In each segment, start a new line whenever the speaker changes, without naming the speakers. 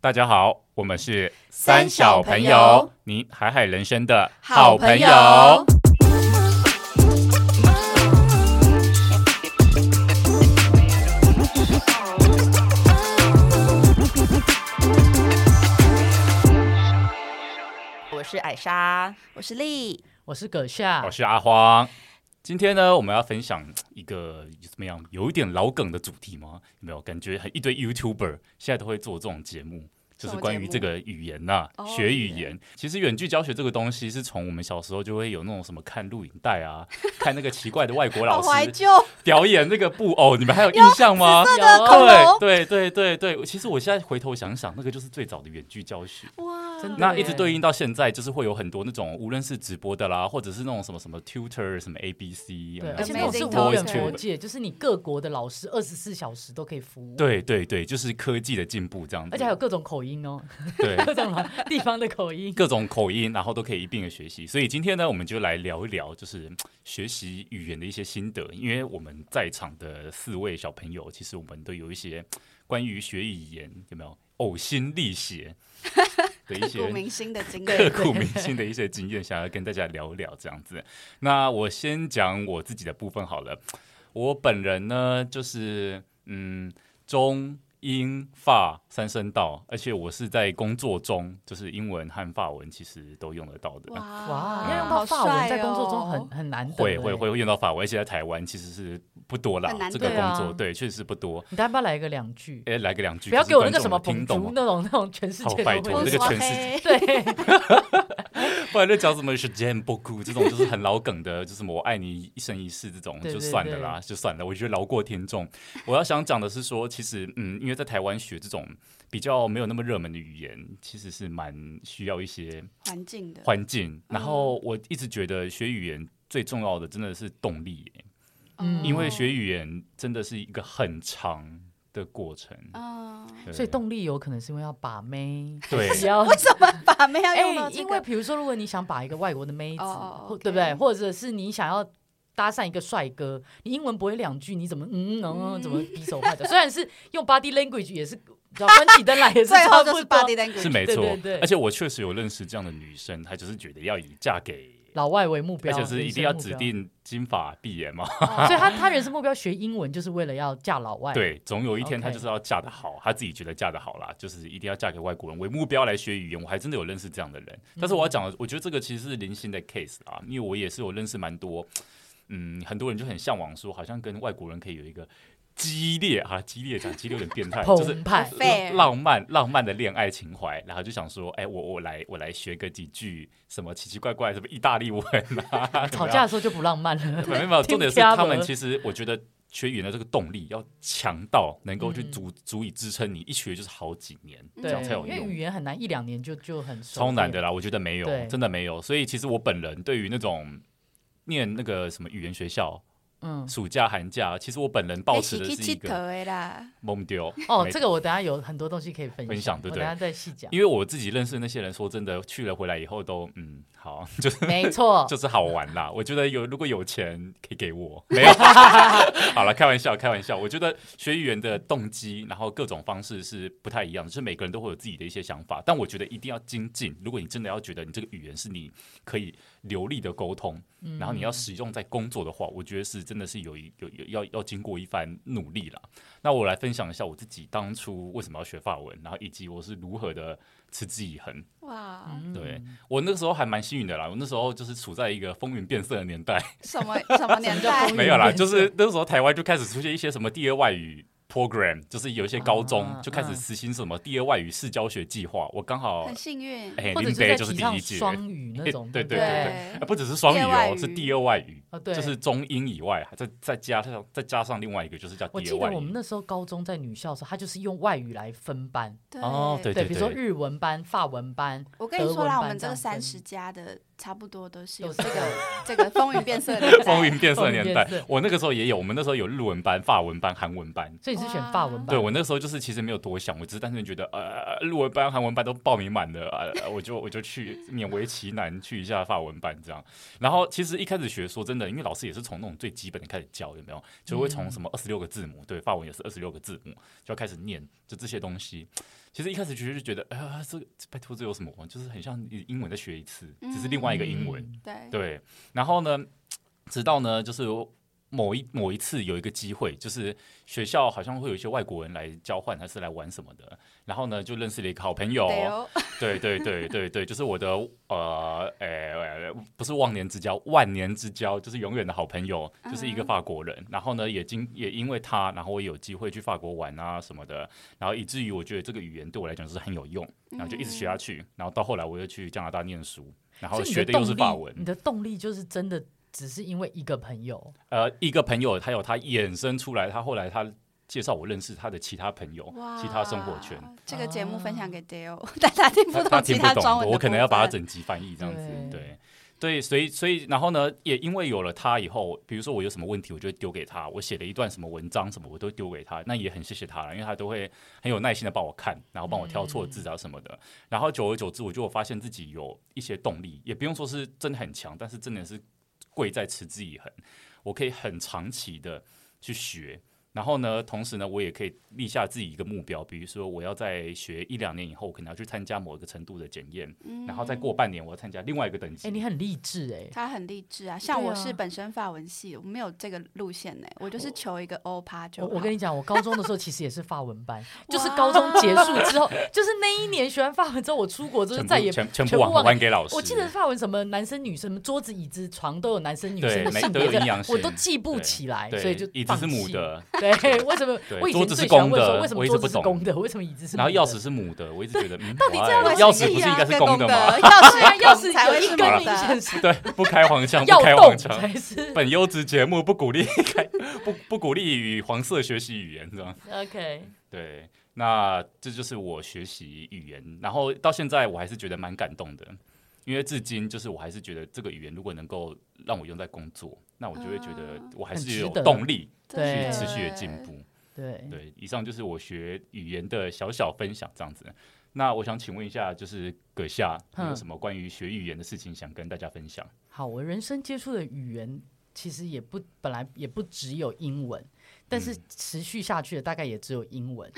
大家好，我们是
三小朋友，
你海海人生的
好朋友。我是艾莎，我是丽，
我是葛夏
我，是阿荒。今天呢，我们要分享一个呃怎么样，有一点老梗的主题吗？有没有感觉很一堆 YouTuber 现在都会做这种节目，就是关于这个语言呐、
什么节目
学语
哦
言。其实远距教学这个东西，是从我们小时候就会有那种什么看录影带啊， 看那个奇怪的外国老
好
师
怀旧，啊
表演那个布偶，你们还有印象吗？
有
恐龙
对对对对对，其实我现在回头想想，那个就是最早的远距教学。
哇，
真的
那一直对应到现在，就是会有很多那种，无论是直播的啦，或者是那种什么什么 tutor 什么 ABC，有没
对，
有
而且那种是
Amazing
无
Talent
远
Voice Tube
佛界，就是你各国的老师二十四小时都可以服务，，
对对对，就是科技的进步这样子，
而且还有各种口音哦，
对
各种地方的口音。
各种口音，然后都可以一并的学习。所以今天呢，我们就来聊一聊，就是嗯学习语言的一些心得。因为我们在场的四位小朋友，其实我们都有一些嗯关于学语言有没有呕心沥血的 一
古
些
明星的经
刻
历，
骨铭心的一些经验，想要跟大家聊一聊这样子。那我先讲我自己的部分好了。我本人呢，就是嗯，中英法三声道，而且我是在工作中，就是英文和法文其实都用得到的。
哇，要用到法文在工作中
哦
很很难得
会
欸
会会，会用到法文，而且在台湾其实是不多啦
很，难
这个
对
工
啊
作对确实不多。
你要不要来个两句？
哎，来个两句，
不要
可是
给我那个
观众
什么
有听
捧
懂哦
足
吗？
那种那种全世
好
界
拜
都
哦
托
会
这
的
个全世界
对，
不然在讲什么时间不哭这种，就是很老梗的， 就是什么我爱你一生一世这种，
对
就
对
算了啦，就算了。我觉得饶过天众。我要想讲的是说，其实嗯，因为在台湾学这种比较没有那么热门的语言，其实是蛮需要一些
环境的，
环境。
嗯
然后我一直觉得学语言最重要的真的是动力耶，
嗯
因为学语言真的是一个很长的过程。
嗯，
对
啊所以动力有可能是因为要把妹，
对
只要
为什么把妹要用
哎
到，这
因为
个？
比如说，如果你想把一个外国的妹子，
哦哦
或
OK
对不对？或者是你想要搭讪一个帅哥，你英文不会两句，你怎么嗯嗯嗯怎么比手画脚？虽然是用 body language 也是，你知道关起灯来也是
最后就是
差不多
body language，
是没错，
对对对
而且我确实有认识这样的女生，她就是觉得要以嫁给
老外为目
而
标，
且是一定
人
要
生目
指
标。
定金发碧眼嘛，
哦
所以他他人生目标学英文就是为了要嫁老外。，
对，总有一天他
哎 OK
就是要嫁得好，他自己觉得嫁得好啦，就是一定要嫁给外国人为目标来学语言。我还真的有认识这样的人，但是
嗯
我要讲的，我觉得这个其实是零星的 case 啦，因为我也是有认识蛮多，嗯，很多人就很向往说，好像跟外国人可以有一个激烈啊，激烈讲激烈有点变态，就是
澎湃。
fair
浪漫浪漫的恋爱情怀，然后就想说，哎、我我来我来学个几句什么奇奇怪怪什么意大利文 啊，怎
吵
么样
架的时候就不浪漫了，
没有没有，重点是
听
他
不
们
懂
其实我觉得学语言的这个动力要强到能够去
嗯
足足以支撑你一学就是好几年，这
对
样才有
因为
用。
语言很难一两年就就很熟
超难
练
的啦，我觉得没有，
对
真的没有。所以其实我本人对于那种念那个什么语言学校，
嗯，
暑假寒假，其实我本人抱持的
哎
你
是一
去佚佗
个
的啦，
懵丢
哦，
没
这个我等下有很多东西可以分
分享对不
我等
对
下再细讲。
因为我自己认识的那些人，说真的，去了回来以后都嗯好， 就是
没错，
就是好玩啦。 我觉得有如果有钱可以给我， 没有，好了，开玩笑，开玩笑。我觉得学语言的动机，然后各种方式是不太一样的，就是每个人都会有自己的一些想法。但我觉得一定要精进。如果你真的要觉得你这个语言是你可以流利的沟通，然后你要使用在工作的话，我觉得是真的是有一有有要要经过一番努力啦。那我来分享一下我自己当初为什么要学法文，然后以及我是如何的持之以恒。
哇，
嗯
对我那个时候还蛮幸运的啦，我那时候就是处在一个风云变色的年代，
什 么什么年代
什么叫？风
没有啦，
变
就
色
是那时候台湾就开始出现一些什么第二外语 program，就是有一些高中
啊
就开始实行什么第二外语试教学计划，我刚好
很幸运，
哎，
或者
林
是在
北就是
提
第
倡
一届。
双语那种，
对
不
对
对，
对呃不只是双语
第二外
哦，
语
是第二外语，
哦对，
就是中英以外，还再再加上再加上另外一个就是叫
我
第
记
二
得
外
我们
语。
那时候高中在女校的时候，他就是用外语来分班，
对
哦对
比如说日文班、法文班，
我跟你
德
说
文
啦，我
班
们这
这
个
样
三
分
十加的差不多都是
都
有
是
这个这个风云变色的
风云变色年代
风云变色，
我那个时候也有，我们那时候有日文班、法文班、韩文班。
所以你是选法文版？
嗯对我那时候就是其实没有多想，我只是单纯觉得呃，日文班、韩文班都报名满了，呃，我就我就去勉为其难去一下法文班这样。然后其实一开始学，说真的，因为老师也是从那种最基本的开始教，有没有？就会从什么二十六个字母，对，法文也是二十六个字母，就要开始念，就这些东西。其实一开始学就觉得，哎、呀，这个拜托这有什么？就是很像你英文再学一次，只是另外一个英文。
嗯
对
对，然后呢，直到呢，就是某一某一次有一个机会，就是学校好像会有一些外国人来交换，还是来玩什么的。然后呢，就认识了一个好朋友，
对哦，
对对对对对，就是我的呃呃呃不是忘年之交，万年之交，就是永远的好朋友，就是一
嗯
个法国人。然后呢，也经也因为他，然后我有机会去法国玩啊什么的，然后以至于我觉得这个语言对我来讲是很有用，然后就一直学下去。然后到后来，我又去加拿大念书，然后
嗯所以你
学的又是
动力
法文。
你的动力就是真的只是因为一个朋友，
呃，一个朋友，他有他衍生出来，他后来他介绍我认识他的其他朋友，其他生活圈。
这个节目分
啊
享给 Dale，但 他听不
他
懂
听
其
不懂
中文的部分，
我可能要把它整集翻译这样子，
对
对。对，所以所以然后呢，也因为有了他以后，比如说我有什么问题，我就会丢给他，我写了一段什么文章什么，我都丢给他，那也很谢谢他了，因为他都会很有耐心的帮我看，然后帮我挑错字啊什么的。
嗯
然后久而久之，我就有发现自己有一些动力，也不用说是真的很强，但是真的是贵在持之以恒，我可以很长期的去学。然后呢，同时呢，我也可以立下自己一个目标，比如说我要在学一两年以后，我可能要去参加某一个程度的检验，然后再过半年我要参加另外一个等级。
嗯哎、你很励志哎、
他很励志啊，像我
对啊
是本身法文系，我没有这个路线呢，我就是求一个欧趴就
我
好。
我跟你讲，我高中的时候其实也是法文班， 就是高中结束之后，就是那一年学完法文之后，我出国之后
全
就
部
再也
全全
全
部往
部忘
还给老师。
我记得法文什么男生女生，什么桌子、椅子、床都有男生女
对
生的
每
性
都
别
有阴阳
的，我
性
都记不
对
起来，
对，
所以就
椅子
放
是母
弃。
的，
对，为什么
对？
我以
桌
前
子
最
是
喜欢
公
问
的
说，为什
我
么
一直
桌
不
子是
懂
公的？为什么椅子是母
然
的？
后钥匙是母的，我一直觉得，嗯，
到底这样
哇
的啊
钥
我
匙
是
不是应该是
公
的吗？
钥匙
对啊， 钥匙
才会
有
是
一
公
根
的
明 显是
对，不开黄腔，不
要
开
动
黄腔。
才是。
本优质节目不鼓励开， 不不鼓励与黄色学习语言，这样
OK，
对。那这就是我学习语言，然后到现在我还是觉得蛮感动的，因为至今就是我还是觉得这个语言如果能够让我用在工作，那我就会觉得
啊
我还
很
是
值
有
得
动力
对
去持续的进步。
对，
对，以上就是我学语言的小小分享，这样子。那我想请问一下，就是阁下你有
嗯
什么关于学语言的事情想跟大家分享？
好，我人生接触的语言其实也不本来也不只有英文，但
嗯
是持续下去的大概也只有英文。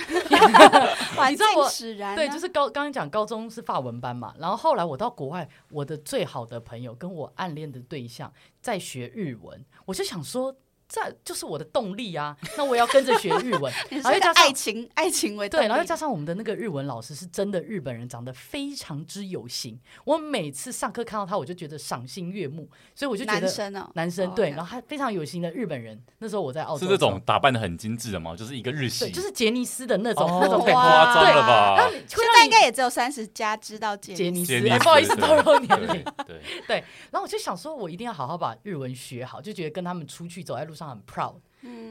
环
你知
境
道我
使然啊，
对，就是高刚刚讲高中是法文班嘛，然后后来我到国外，我的最好的朋友跟我暗恋的对象在学日文，我就想说。这就是我的动力啊！那我也要跟着学日 文
你，
然后
是
又
以
加上
爱情 爱情为动
对，
力
然后又加上我们的那个日文老师是真的日本人，长得非常之有型。我每次上课看到他，我就觉得赏心悦目，所以我就觉
男
得
生哦，
男生
哦
对，
，OK
然后他非常有型的日本人。那时候我在澳
是
洲的
这
时候，
种打扮的很精致的吗？就是一个日系，
对，就是杰尼斯的那种、
哦
那种
太
感觉。
夸张了
然
吧
后？你会
现
让
在
你
应该也只有三十家知道杰
杰
尼
尼斯
杰尼，斯
哎不好意思
对
透露年龄
对。对，
然后我就想说，我一定要好好把日文学好，就觉得跟他们出去走在路上很 proud。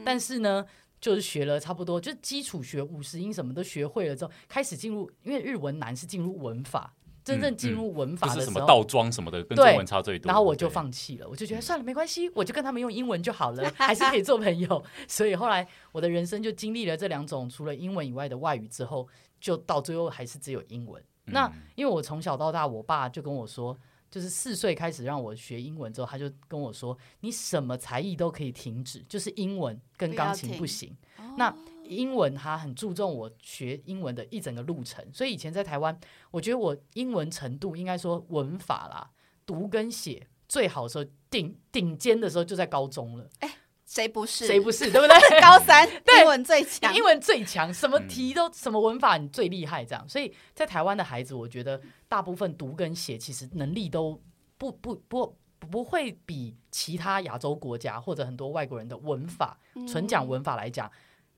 但是呢，就是学了差不多，就基础学五十音什么都学会了之后，开始进入，因为日文难是进入文法，真正进入文
嗯就
法
是
的
什
时
么
候。
倒装什么的，跟
对
中文差最多。
然后我就
对，
放弃了，我就觉
嗯
得算了，没关系，我就跟他们用英文就好了，还是可以做朋友。所以后来我的人生就经历了这两种除了英文以外的外语之后，就到最后还是只有英文。那
嗯
因为我从小到大，我爸就跟我说，就是四岁开始让我学英文之后，他就跟我说，你什么才艺都可以停止，就是英文跟钢琴不行。那英文他很注重我学英文的一整个路程，所以以前在台湾，我觉得我英文程度应该说文法啦、读跟写最好的时候，顶顶尖的时候就在高中了，
谁不是
谁不是对不对？
高三
对
英文最强
你英文最强，什么题都、什么文法你最厉害，这样。所以在台湾的孩子，我觉得大部分读跟写其实能力都不不不不会比其他亚洲国家或者很多外国人的文法，纯讲文法来讲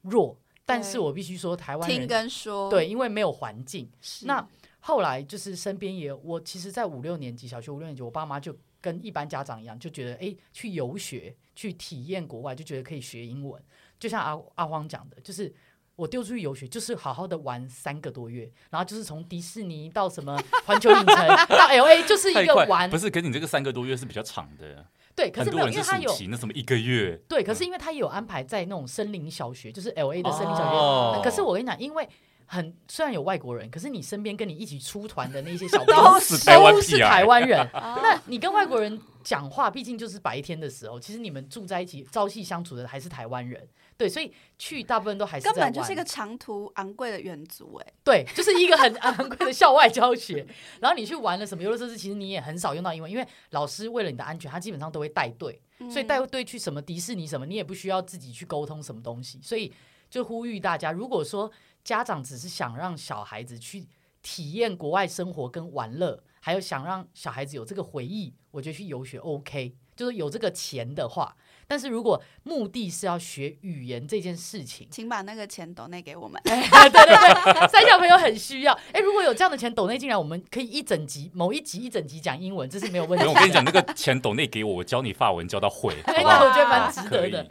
弱。但是我必须说，台湾
听
人
跟说，
对，因为没有环境，
是，
那后来就是身边也有，我其实，在五六年级，小学五六年级，我爸妈就跟一般家长一样，就觉得哎，诶去游学，去体验国外，就觉得可以学英文。就像阿阿荒讲的，就是我丢出去游学就是好好的玩三个多月，然后就是从迪士尼到 什么环球影城到 L A，就是一
太
个
快
玩
不。是，可是你这个三个多月是比较长的，
对，可
很
是
多
没有，
人是嗯
因为他
暑
有
期，那什么一个月，
对，可是因为他也有安排在那种森林小学，就是 L A 的森林小学。
哦
可是我跟你讲，因为很虽然有外国人，可是你身边跟你一起出团的那些小朋友
都
是台湾
都是
屁孩
台湾人，
那
那你跟外国人讲话，毕竟就是白天的时候，其实你们住在一起、朝夕相处的还是台湾人，对，所以去大部分都还是
根
在玩
本就是一个长途昂贵的远足哎，
对，就是一个很 昂贵的校外教学。然后你去玩了什么游乐设施，其实你也很少用到英文，因为老师为了你的安全，他基本上都会带队，
欸嗯
所以带队去什么迪士尼什么，你也不需要自己去沟通什么东西。所以就呼吁大家，如果说家长只是想让小孩子去体验国外生活跟玩乐，还有想让小孩子有这个回忆，我觉得去游学 OK，就是有这个钱的话。但是如果目的是要学语言这件事情，
请把那个钱抖内给我们。
对对对，三小朋友很需要。哎，如果有这样的钱抖内进来，我们可以一整集某一集一整集讲英文，这是没有问
没
题
有，
的。
我跟你讲，那个钱抖内给我，我教你法文教到会，
哎，
好不
那我
好？
觉得蛮值
可
得
以，
的。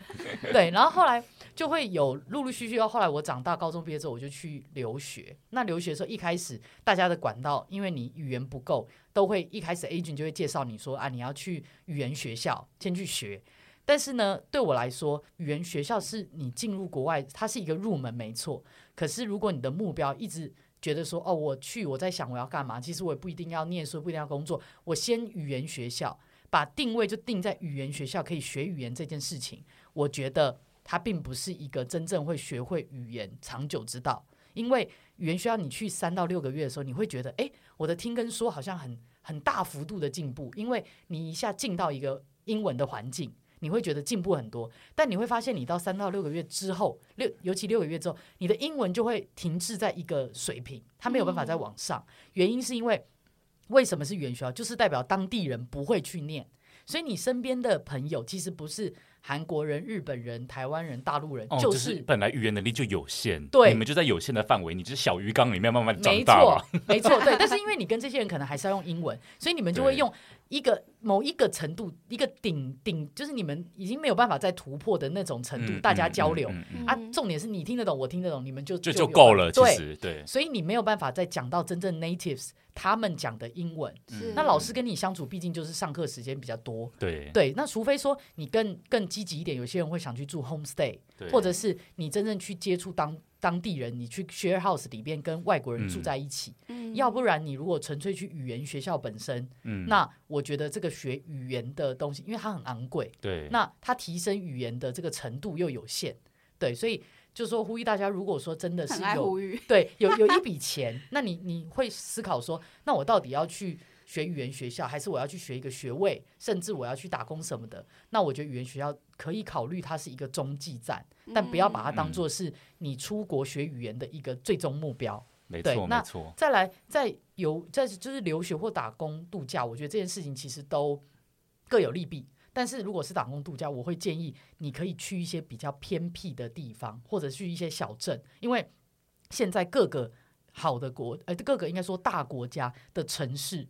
对，然后后来就会有陆陆续续，到后来我长大，高中毕业之后我就去留学。那留学的时候，一开始大家的管道，因为你语言不够，都会一开始 agent 就会介绍你说啊，你要去语言学校先去学。但是呢，对我来说，语言学校是你进入国外，它是一个入门，没错。可是如果你的目标一直觉得说，哦，我去，我在想我要干嘛，其实我也不一定要念书，不一定要工作，我先语言学校，把定位就定在语言学校可以学语言这件事情，我觉得它并不是一个真正会学会语言长久之道，因为语言学校你去三到六个月的时候，你会觉得，诶，我的听跟说好像很很大幅度的进步，因为你一下进到一个英文的环境。你会觉得进步很多，但你会发现，你到三到六个月之后，六尤其六个月之后，你的英文就会停滞在一个水平，它没有办法再往上。原因是因为为什么是语言学校？就是代表当地人不会去念，所以你身边的朋友其实不是韩国人、日本人、台湾人、大陆人，
哦，
就
就是本来语言能力就有限，
对
你们就在有限的范围，你就是小鱼缸里面慢慢长
没
大嘛
错。，没错，对。但是因为你跟这些人可能还是要用英文， 所以你们就会
对
用一个某一个程度、一个顶顶，就是你们已经没有办法再突破的那种程度，
嗯
大家
嗯
交
嗯
流、
嗯嗯
啊
嗯。
重点是你听得懂，我听得懂，你们就
就
就
就
有
够了。其
对，
实对，
所以你没有办法再讲到真正 natives 他们讲的英文。
嗯
那老师跟你相处，毕竟就是上课时间比较多。
对
对，那除非说你更更积极一点，有些人会想去住 homestay，
对，
或者是你真正去接触当当地人，你去 share house 里边跟外国人住在一起。
嗯
要不然你如果纯粹去语言学校本身，
嗯
那我觉得这个学语言的东西，因为它很昂贵，
对
那它提升语言的这个程度又有限，对，所以就说呼吁大家，如果说真的是
很爱
有
呼吁，
对有有一笔钱，那你你会思考说，那我到底要去学语言学校，还是我要去学一个学位，甚至我要去打工什么的？那我觉得语言学校可以考虑它是一个中继站， 但不要把它当做是你出国学语言的一个最终目标。
没
对
错没
那
错，
再来，在游在就是留学或打工度假，我觉得这件事情其实都各有利弊。但是如果是打工度假，我会建议你可以去一些比较偏僻的地方，或者去一些小镇，因为现在各个好的国，呃，各个应该说大国家的城市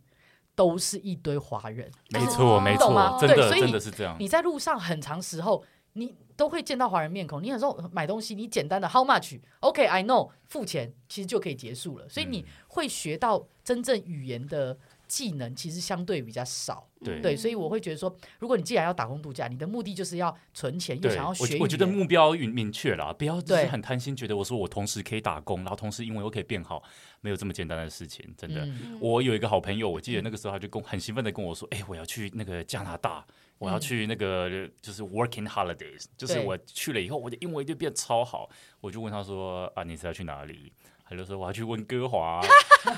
都是一堆华人。
没
哦
错没
懂吗
错，真
对
的
所以
真
你
的是这样。
你在路上很长时候，你都会见到华人面孔。你有时候买东西，你简单的 how much，OK，I、know，付钱其实就可以结束了。
嗯
所以你会学到真正语言的技能，其实相对比较少。
对
对，所以我会觉得说，如果你既然要打工度假，你的目的就是要存钱，又
对，
想要学语
我
言，
我觉得目标明明确啦，不要就是
对
很贪心，觉得我说我同时可以打工，然后同时英文又可以变好，没有这么简单的事情，真的。
嗯
我有一个好朋友，我记得那个时候他就跟我很兴奋的跟我说：“哎、我要去那个加拿大，我要去那个呃就是 working holidays，就是
嗯对
我去了以后，我的英文就变超好。”我就问他说：“啊，你是要去哪里？”他就说：“我要去温哥 华。”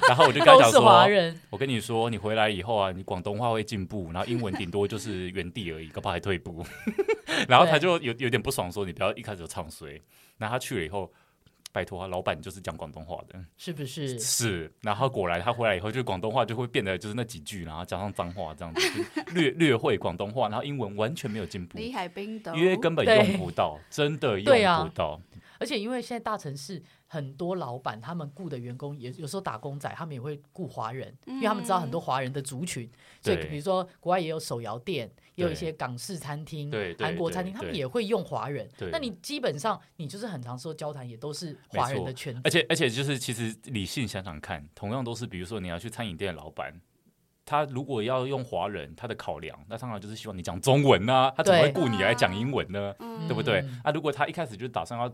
然后我就跟他
都
讲
是华
说
人，：“
我跟你说，你回来以后啊，你广东话会进步，然后英文顶多就是原地而已，搞不好还退 步。”然后他就有有点不爽，说：“你不要一开始就唱衰。”然后他去了以后。拜托啊，老板就是讲广东话的，
是不是？
是，然后果然他回来以后，就广东话就会变得就是那几句，然后加上脏话这样子，就略略会广东话，然后英文完全没有进步，
李海冰的
因为根本
对
用不到，真的
对啊
用不到。
而且因为现在大城市很多老板他们雇的员工也有时候打工仔，他们也会雇华人，因为他们知道很多华人的族群，所以
对
比如说国外也有手摇店，也有
对
一些港式餐厅
对、对
韩国餐
对
厅，他们
对
也会用华人
对。
那你基本上你就是很常说交谈也都是华人的圈子，
而且而且就是，其实理性想想看，同样都是，比如说你要去餐饮店的老板，他如果要用华人，他的考量，那当然就是希望你讲中文呐、他怎么会
对啊
雇你来讲英文呢？
嗯
对不对
嗯？
啊，如果他一开始就打算要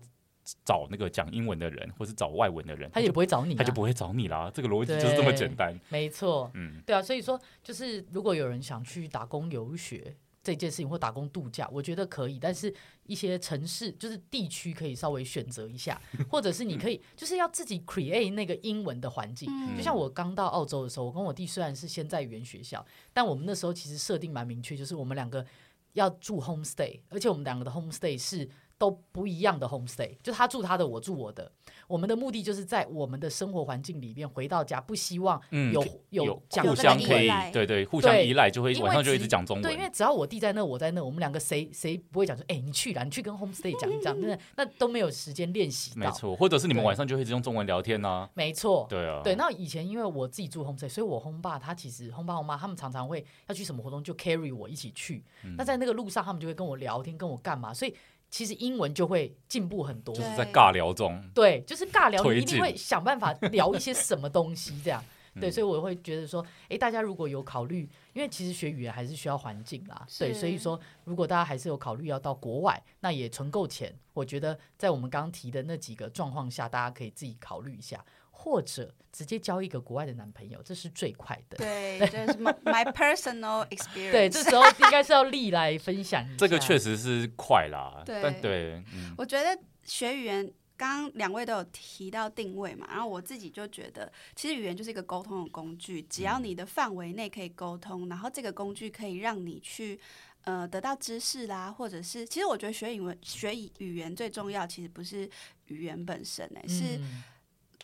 找那个讲英文的人，或是找外文的人，
他也
就
不会找你、啊，
他就不会找你啦。这个逻辑就是这么简单。
没错，
嗯，
对啊，所以说就是如果有人想去打工游学这件事情或打工度假，我觉得可以，但是一些城市就是地区可以稍微选择一下，或者是你可以就是要自己 create 那个英文的环境。
嗯
就像我刚到澳洲的时候，我跟我弟虽然是先在语言学校，但我们那时候其实设定蛮明确，就是我们两个要住 homestay，而且我们两个的 homestay 是都不一样的 homestay，就他住他的，我住我的。我们的目的就是在我们的生活环境里面回到家，不希望
嗯
有、
有
讲
互
有那
相
个
可
依
以
赖
对对，互相
对
依赖就会
因为
晚上就一
只
直讲中
对，因为
文。
只要我弟在那，我在那，我们两个谁谁不会讲说，哎、你去啦，你去跟 homestay 讲一讲，那那都没有时间练习
没
到。
错，或者是你们
对
晚上就会一直用中文聊天呐、
没错，
对啊，
对，那以前因为我自己住 home stay，所以我轰爸他其实轰爸轰妈他们常常会要去什么活动就 carry 我一起去。
嗯
那在那个路上，他们就会跟我聊天，跟我干嘛，所以其实英文就会进步很多
就。是
对
在尬聊中。
对，就是尬聊，
推
你一定
进
会想办法聊一些什么东西这样。对，
嗯
所以我会觉得说，诶，大家如果有考虑，因为其实学语言还是需要环境啦，对，
是
所以说如果大家还是有考虑要到国外，那也存够钱，我觉得在我们刚提的那几个状况下，大家可以自己考虑一下，或者直接交一个国外的男朋友，这是最快的。
对，这是 my, my personal experience。
对，这时候应该是要丽来分享一下。
这个确实是快啦，
对
但对，嗯，
我觉得学语言，刚刚两位都有提到定位嘛，然后我自己就觉得，其实语言就是一个沟通的工具，只要你的范围内可以沟通，然后这个工具可以让你去。呃，得到知识啦，或者是，其实我觉得学语文、学语语言最重要，其实不是语言本身、欸，是
嗯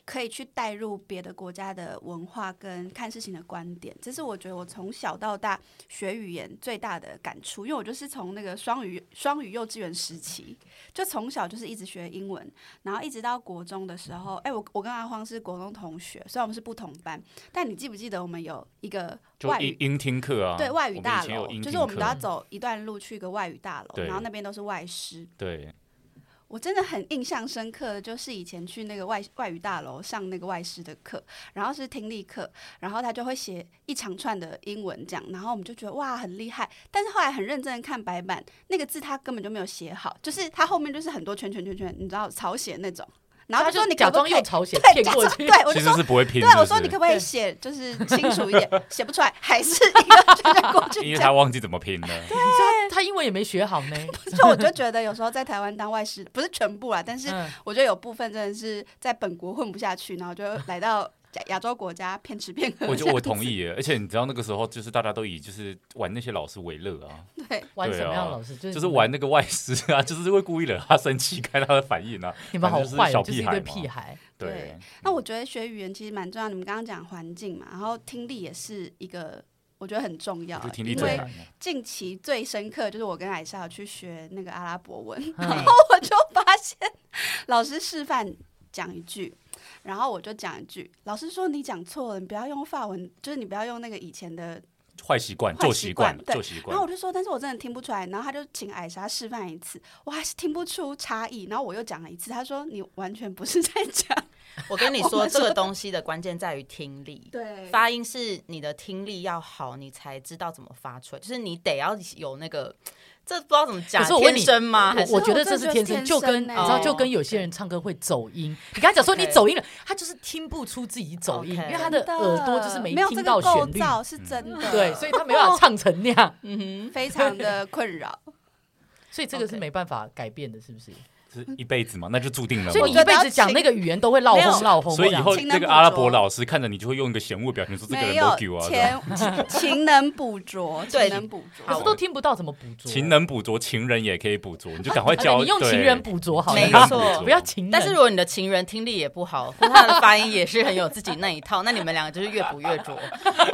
可以去带入别的国家的文化跟看事情的观点，这是我觉得我从小到大学语言最大的感触，因为我就是从那个双语双语幼稚园时期，就从小就是一直学英文，然后一直到国中的时候，哎、我我跟阿荒是国中同学，虽然我们是不同班，但你记不记得我们有一个
就
外语
音音听课啊，
对外语
我们
大
以前有
楼
音，
就
听
是我们
课
都要走一段路去一个外语大楼，
对
然后那边都是外师，
对，
我真的很印象深刻的就是以前去那个外外语大楼上那个外师的课，然后是听力课，然后他就会写一长串的英文这样，然后我们就觉得哇很厉害，但是后来很认真的看白板，那个字他根本就没有写好，就是他后面就是很多圈圈圈圈，你知道草写那种，然后
他
就说你可
假
不
装
可以
用朝鲜
对
骗
假
过
装
去，
对，我
其
就
实
说
是不会拼，
对，我说你可不可以
对
写就是清楚一点，写不出来还是一个圈圈过去
不
这
因为
样
他忘记怎么拼了，
他他英文也没学好 呢。
所以我就觉得有时候在台湾当外师不是全部啦，但是
嗯
我觉得有部分真的是在本国混不下去，然后就 来到亚亚洲国家骗吃骗喝。
我就我同。意耶，而且你知道那个时候就是大家都以就是玩那些老师为乐啊，
对，
玩
对
什么
啊
样的老师？就
就是玩那个外师啊，就是会故意惹他生气，看他的反应啊，
你们好
反正
坏
就是小
哦，就是
屁
一
孩
堆
嘛
屁孩。
对
对，那我觉得学语言其实蛮重要，你们刚刚讲环境嘛，然后听力也是一个。我觉得很重要
我觉得，听力
因
最
为
难了，
近期最深刻就是我跟艾莎有去学那个阿拉伯文，
嗯
然后我就发现老师示范讲一句，然后我就讲一句，老师说你讲错了，你不要用法文，就是你不要用那个以前的
坏习惯，
坏
旧
习
习
惯
惯，
对
旧习
然后
惯
我，就说，但是我真的听不出来。然后他就请艾莎示范一次，我还是听不出差异。然后我又讲了一次，他说你完全不是在讲。
我跟你
我
说，
们
这
说
个东西的关键在于听力。
对
发音是你的听力要好，你才知道怎么发出来。就是你得要有那个，这不知道怎么讲，
可是我问你
天生吗？啊还
我
是
我觉
我
得
真的
这是
觉得
天
天
生，就跟你知
生
道，
欸
就跟有些人唱歌会走音。你跟他讲说你
OK
走音了，他就是听不出自己走音，因
OK
为他的耳朵就是
没
没听到
有
旋
这个构
律，嗯
造是真的，
对，所以他没办法唱成那样。
嗯
非常的困 扰。
所以这个是
OK
没办法改变的，是不是？
是一辈子嘛，那就注定了
所以你
嘛。
一辈子讲那个语言都会落
没有
轰落轰。
所以以后
情
那
人
个
捕
阿拉
捉
伯老师看着你就会用一个嫌恶表情说这个人
没
l o
有
g u 啊，这样
前情能捕捉，
对
情能捕捉。
可是都听不到怎么捕捉。
情能捕捉，情人也可以捕捉，你就赶快
啊对
教
你用
对
情人捕捉好了，
没错
不要情人。
但是如果你的情人听力也不好， 或他的发音也是很有自己那一套，那你们两个就是越补越拙。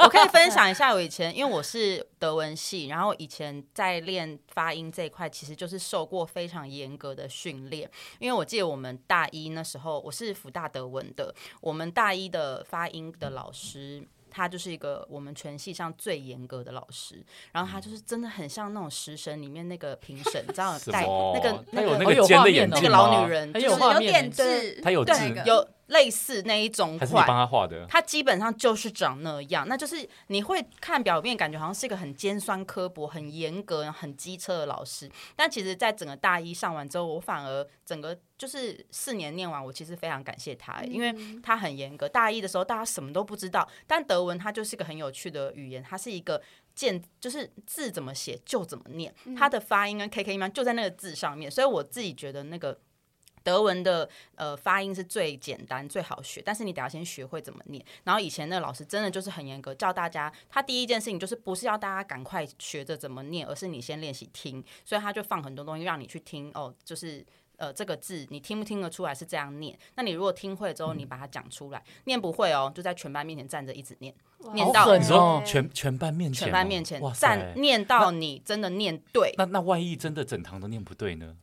我可以分享一下，我以前因为我是德文系，然后以前在练发音这一块，其实就是受过非常严格的训烈，因为我记得我们大一那时候，我是辅大德文的，我们大一的发音的老师。他就是一个我们全系上最严格的老师，然后他就是真的很像那种《食神》里面那个评审，你知道
什
戴
么
那个
他
那
有
个
那
好
个
有
尖
画
的
面
眼
哦
那
镜
个
吗
老女人，
很
就
有
是
画
有
面
点
欸
痣，
她有痣
对那个
有类似那一种
还是你帮
款，
他画的？
它基本上就是长那样。那就是你会看表面，感觉好像是一个很尖酸刻薄、很严格、很机车的老师，但其实，在整个大一上完之后，我反而整个就是四年念完，我其实非常感谢他，因为
嗯
他很严格。大一的时候，大家什么都不知道，但德文它就是一个很有趣的语言，它是一个见，就是字怎么写就怎么念，
嗯
它的发音跟 K K 音就在那个字上面，所以我自己觉得那个。德文的呃发音是最简单最好学，但是你得要先学会怎么念。然后以前那个老师真的就是很严格，叫大家他第一件事情就是不是要大家赶快学着怎么念，而是你先练习听，所以他就放很多东西让你去听哦，就是。呃，这个字你听不听得出来是这样念？那你如果听会了之
嗯
后，你把它讲出来；念不会哦，就在全班面前站着一直念，念到
好狠
你
哦
说全全班面前哦，
全班面前
哇塞
站念到你真的念对，
那那万一真的整堂都念不对呢？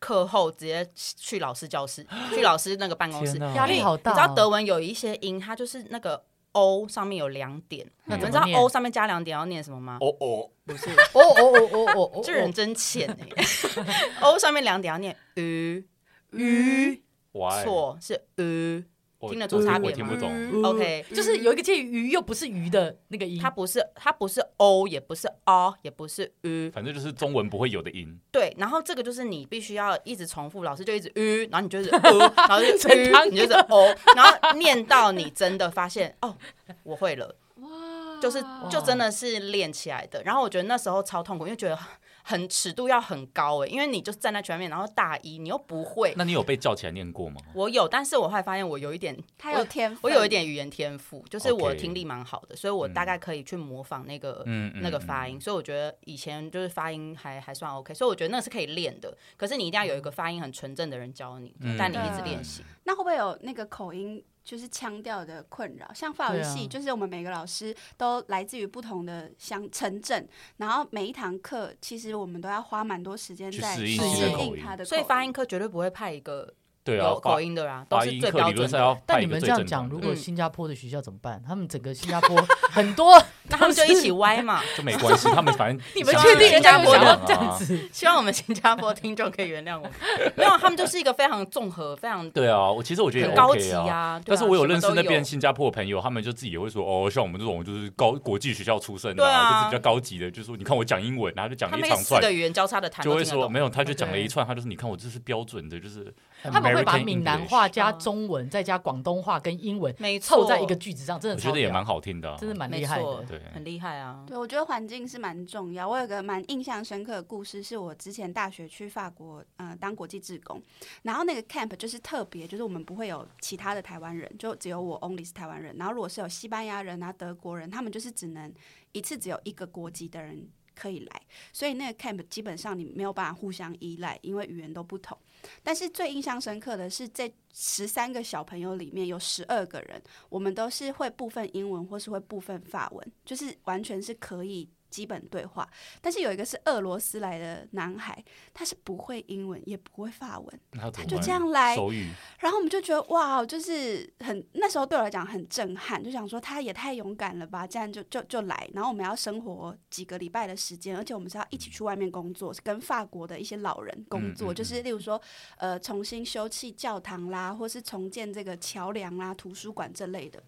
课后直接去老师教室，去老师那个办公室
天，哪，
压力好大哦。
你知道德文有一些音，它就是那个 O 上面有两点，
那嗯
你
怎么
们知道
念
O 上面加两点要念什么吗？
哦哦，
不是，
哦哦哦哦哦哦，
这人真欠 哎、o 上面两点要念 u
鱼
哇，
错是 u
我
听得出差别吗嗯
我听不懂。
哦
OK
就是有一个介于鱼又不是鱼的那个音，
它不是它不是 O，也不是 O，也不是 u，
反正就是中文不会有的音，
对，然后这个就是你必须要一直重复，老师就一直 u，然后你就是 u，然后就是
整堂
u，你就是 o，然后念到你真的发现哦，我会了。
哇
就是就真的是练起来的。然后我觉得那时候超痛苦，因为觉得很尺度要很高哎、因为你就站在前面，然后大一你又不会。
那你有被叫起来念过吗？
我有，但是我后来发现我有一点，
他有天分，
我有一点语言天赋，就是我
OK
听力蛮好的所以我大概可以去模仿那个。
嗯，嗯
那个发音，，所以我觉得以前就是发音还还算 OK，所以我觉得那是可以练的。可是你一定要有一个发音很纯正的人教你，
嗯
但你一直练习。
那会不会有那个口音，就是腔调的困扰？像法语系，
对啊
就是我们每个老师都来自于不同的乡城镇，然后每一堂课，其实我们都要花蛮多时间
去
在
适
应
应
新的口
音
他的口
所以发音课绝对不会派一个
对啊
有，口音的啊，都
发
是
音
最
课
标
理论上
准的。
要
但
派
你
一个
们这
最
样
正
讲，
常
如
的，
果
嗯
新加坡的学校怎么办？他们整个新加 坡很多，
那他们就一起歪嘛。
就没关系，他们反 正
你们
希望
确定
新
人
加
家有
坡
想
的
要
啊
这样子？
希望我们新加坡听众可以原谅我们，没有，他们就是一个非常综合、非常
对啊，我其实我觉得
很
也
高级
OK 啊。
啊。对
但
啊
是我有认识那
什么都有
边新加坡的朋友，他们就自己也会说哦，像我们这种就是高国际学校出身的、
对啊
就是比较高级的，就说你看我讲英文，然后就讲
他
了一
们那
长
四
串
个，语言交叉的谈
就
都
会
听得
说
懂，
没有，他就讲了
OK
一串，他就是你看我这是标准的，就是
他们会把
American
闽南
English
话加中文，再加广东话跟英文
没错
凑在一个句子上，真的
我觉
超
得也
屌
蛮好听的啊、
真的蛮
没
厉害
错
的。
对
很厉害啊。
对，我觉得环境是蛮重要。我有个蛮印象深刻的故事，是我之前大学去法国，呃，当国际志工，然后那个 camp 就是特别，就是我们不会有其他的台湾人，就只有我 only 是台湾人。然后如果是有西班牙人啊、德国人，他们就是只能一次只有一个国籍的人可以来，所以那个 camp 基本上你没有办法互相依赖，因为语言都不同。但是最印象深刻的是，这十三个小朋友里面有十二个人，我们都是会部分英文或是会部分法文，就是完全是可以基本对话。但是有一个是俄罗斯来的男孩，他是不会英文也不会法文，
他怎么
就
办
这样来
手语，
然后我们就觉得哇，就是很那时候对我来讲很震撼，就想说他也太勇敢了吧，这样就就就来。然后我们要生活几个礼拜的时间，而且我们是要一起去外面工作，跟法国的一些老人工
嗯
作，
嗯
就是例如说呃重新修葺教堂啦，或是重建这个桥梁啦、图书馆这类的。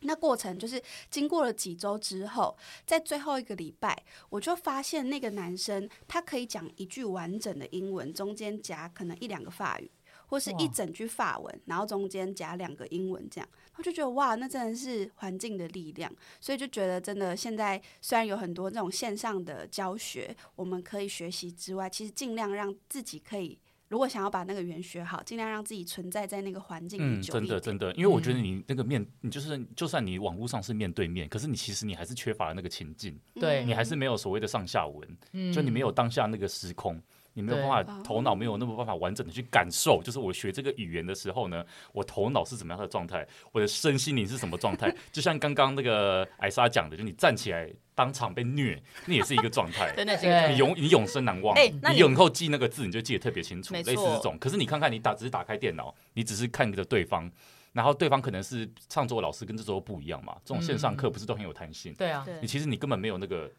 那过程就是经过了几周之后，在最后一个礼拜，我就发现那个男生他可以讲一句完整的英文，中间夹可能一两个法语，或是一
哇
整句法文，然后中间夹两个英文这样。我就觉得哇，那真的是环境的力量，所以就觉得真的现在虽然有很多这种线上的教学，我们可以学习之外，其实尽量让自己可以，如果想要把那个语言学好，尽量让自己存在在那个环境里
嗯，
久
真
一
的
点
真的，因为我觉得你那个面，你就是就算你网络上是面对面，可是你其实你还是缺乏了那个情境，
对
嗯
嗯
你还是没有所谓的上下文，
嗯
就你没有当下那个时空。你没有办法，头脑没有那么办法完整的去感受，就是我学这个语言的时候呢，我头脑是怎么样的状态，我的身心灵是什么状态。就像刚刚那个艾莎讲的，就你站起来当场被虐，那也是一个状态。
真的是
对
你永你永生难忘。
哎那
你
你
以后记那个字，你就记得特别清楚，
没
类
错
似这种。可是你看看，你打只是打开电脑，你只是看着对方，然后对方可能是上周老师跟这周不一样嘛。这种线上
嗯
课不是都很有弹性？
对啊，
你
对，
其实你根本没有那个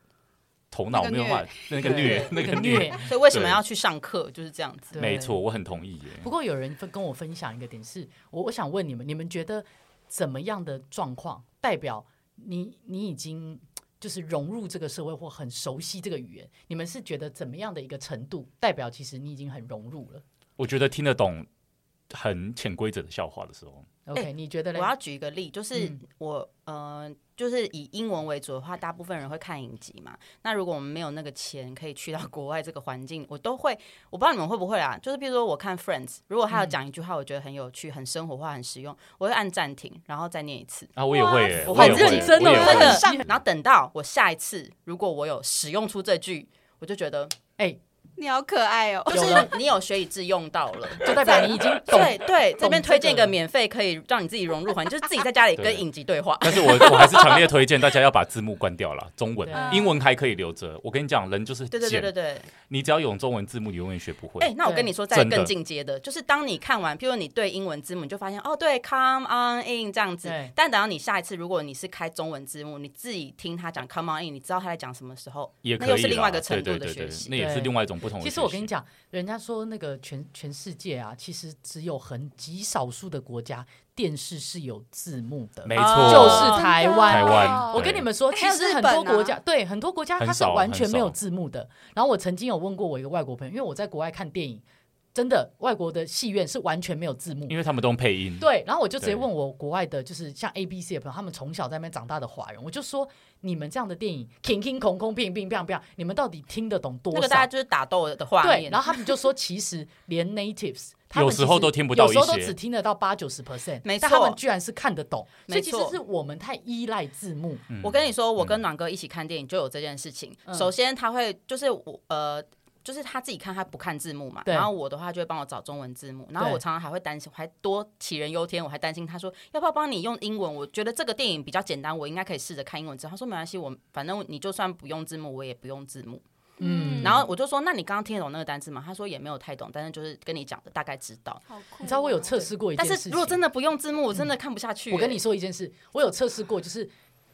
头脑
那个
没有办法那个虐
虐
那个虐。
虐。
所以为什么
对
要去上课？就是这样子。
对
没错，我很同意耶。
不过有人分跟我分享一个点是，我我想问你们，你们觉得怎么样的状况代表你你已经就是融入这个社会或很熟悉这个语言？你们是觉得怎么样的一个程度代表其实你已经很融入了
我觉得听得懂很潜规则的笑话的时候，
？OK，、
哎
你觉得嘞
我？要举一个例，就是
嗯
我、呃，就是以英文为主的话，大部分人会看影集嘛。那如果我们没有那个钱可以去到国外这个环境，我都会，我不知道你们会不会啦。就是比如说我看 Friends，如果他有
嗯
讲一句话，我觉得很有趣、很生活化、很实用，我会按暂停，然后再念一次。
啊，我也会耶，
我
我也
很
会，
认
真
我
哦
也
真
会
真
的
的你，
然后等到我下一次，如果我有使用出这句，我就觉得
哎、
你好可爱 哦、
就
有
是
了
你有学以致用到了。
就代表你已经懂。
对对，这边推荐一
这
个
个
免费可以让你自己融入环境，就是自己在家里
对
跟影集对话。
但是我我还是强烈推荐大家要把字幕关掉了，中文
对啊、
英文还可以留着。我跟你讲，人就是
对对对对
贱，
对。
你只要有中文字幕，你永远学不会。
哎、那我跟你说，再
真的
更进阶的，就是当你看完，譬如你对英文字幕，你就发现哦，对，come on in 这样子
对。
但等到你下一次，如果你是开中文字幕，你自己听他讲 come on in，你知道他在讲什么时候，
也
那
可
又
以
是另
啦
外一个程度
对
的
对对
学
对
习。
那也是
对
另外一种不同的学
其
习。
实我跟你讲，人家说那个全全世界啊，其实只有很极少数的国家电视是有字幕的。哦
没
哦
错，
就是台湾
台湾
我跟你们说，
对
其
还有
实
日
很
本
多国
啊
家、对很多国家
很
它是
少
完
很
全没有
少
字幕的。然后我曾经有问过我一个外国朋友，因为我在国外看电影，真的外国的戏院是完全没有字幕的
因。为他们都用配音。
对，然后我就直接
对
问我国外的，就是像 A、B、C 的朋友，他们从小在那边长大的华人，我就说你们这样的电影，空空空空，乒乒乓乓，你们到底听得懂多少？
那个大家就是打斗的画
对，
面，
然后他们就说，其实连 natives 他
有
们其
时候
实
都听不到
有时候
一
都
些
只听得到八九十 percent，
没
但他们
错
居然是看得懂，所以
没
其实
错
是我们太依赖字幕。
嗯
我跟你说，我跟暖哥一起看电影就有这件事情。
嗯
首先，他会就是我呃，就是他自己看，他不看字幕嘛。
对
然后我的话就会帮我找中文字幕。然后
对
我常常还会担心，我还多杞人忧天，我还担心他说要不要帮你用英文？我觉得这个电影比较简单，我应该可以试着看英文字。他说没关系，我反正你就算不用字幕，我也不用字幕。
嗯
然后我就说，那你刚刚听得懂那个单词吗？他说也没有太懂，但是就是跟你讲的大概知道。
好酷、哦
你知道我有测，试过一件
但
事
是
情，嗯
如果真的不用字幕，我真的看不下去、欸
我跟你说一件事，我有测试过，就是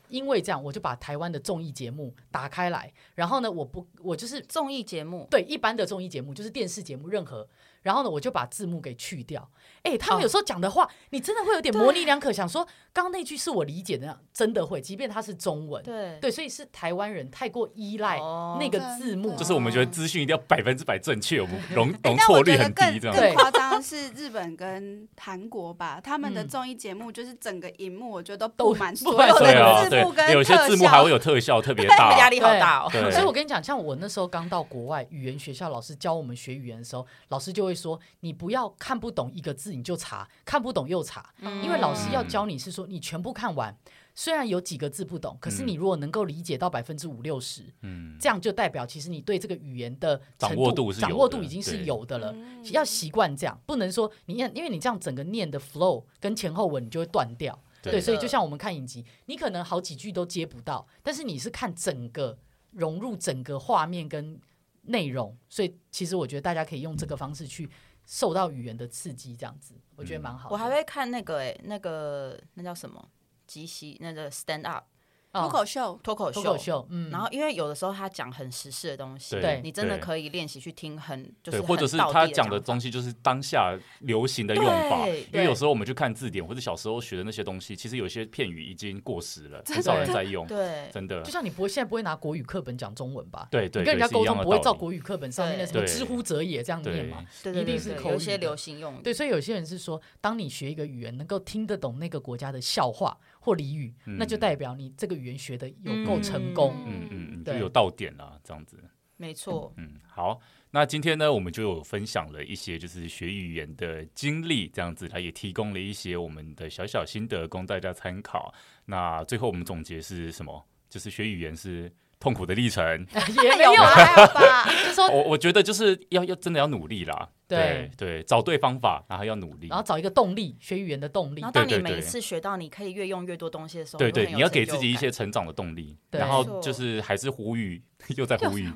因为这样，我就把台湾的综艺节目打开来，然后呢，我不，我就是
综艺节目，
对一般的综艺节目，就是电视节目任何，然后呢，我就把字幕给去掉。哎，他们
哦
有时候讲的话，你真的会有点模棱两可，想说刚刚那句是我理解的，真的会，即便它是中文，
对
对，所以是台湾人太过依赖
哦
那个字幕，
真
就
的
是我们觉得资讯一定要百分之百正确，我们容容
但
错
我
率
觉得
很低，
更
这样。
对
更夸张的是日本跟韩国吧，他们的
嗯
综艺节目就是整个荧幕，我觉得都
都
布满
布
所
满
有
所
对
的
啊，
字幕跟特
对，
效，
有些字幕还会有特效 特别大，
压力好大哦。
对
所以我跟你讲，像我那时候刚到国外语言学校，老师教我们学语言的时候，老师就会说，你不要看不懂一个字你就查，看不懂又查，因为老师要教你是说你全部看完，虽然有几个字不懂，可是你如果能够理解到百分之五六十，
嗯，
这样就代表其实你对这个语言的
掌
程
握度是有的
掌握度已经是
对
有的了。
嗯
要习惯这样，不能说你念，因为你这样整个念的 flow 跟前后文你就会断掉。对，
对
所以就像我们看影集，你可能好几句都接不到，但是你是看整个融入整个画面跟内容，所以其实我觉得大家可以用这个方式去受到语言的刺激，这样子我觉得蛮好的。
我还会看那个哎、那个那叫什么即席那个 stand up
脱
哦
口秀，
脱口秀，
脱口秀，嗯，
然后因为有的时候他讲很时事的东西，
对
你真的
对
可以练习去听很就是
对，
很
或者是
道地
他
的
讲的
法
东西就是当下流行的用法，
对
因为
对
有时候我们去看字典或者小时候学的那些东西，其实有些片语已经过时了，很少人在用，
对
真的
就。像你不会现在不会拿国语课本讲中文吧？
对对
你跟人家
对是
沟
一样
通
的
不会
道
照
理
国语课本上面的什么“
对
知乎者也”这样念
对
嘛？
对对
一定
对
是
对
口
有一
语
些
的
流行用语，
对，所以有些人是说，当你学一个语言能够听得懂那个国家的笑话或俚语，那就
嗯
代表你这个语言学的有够成功。
嗯嗯嗯，就
对
有到点啦，这样子。
没错，
嗯，好，那今天呢，我们就有分享了一些就是学语言的经历，这样子，它也提供了一些我们的小小心得供大家参考。那最后我们总结是什么？就是学语言是痛苦的历程。
也没
哎没有
有，啊
还好吧？
就说
我我觉得就是要要真的要努力啦，
对
对对，找对方法，然后要努力
然。后找一个动力，学语言的动力
然后，当
对
你
对
每
对
一次学到你可以越用越多东西的时候，
对
会很
对，
有
你要
成
给
就
自己一
感
些成长的动力，
对
然后
没错
就是还是呼吁， 又在 呼吁，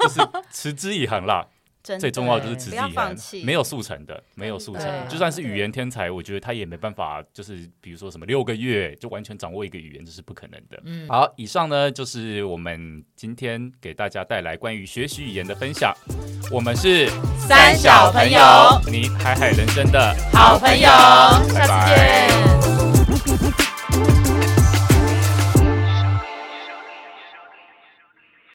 就是持之以恒啦。
真
最
的嗯
重要就是持之
不
以
要放
恒
弃，，
啊没有速成的，没有速
对
成。就算是语言天才，我觉得他也没办法，就是比如说什么六个月就完全掌握一个语言，这是不可能的。
嗯
好，以上呢就是我们今天给大家带来关于学习语言的分享。我们是
三小朋友
你海海人生的
好朋友
拜
下次
拜
见。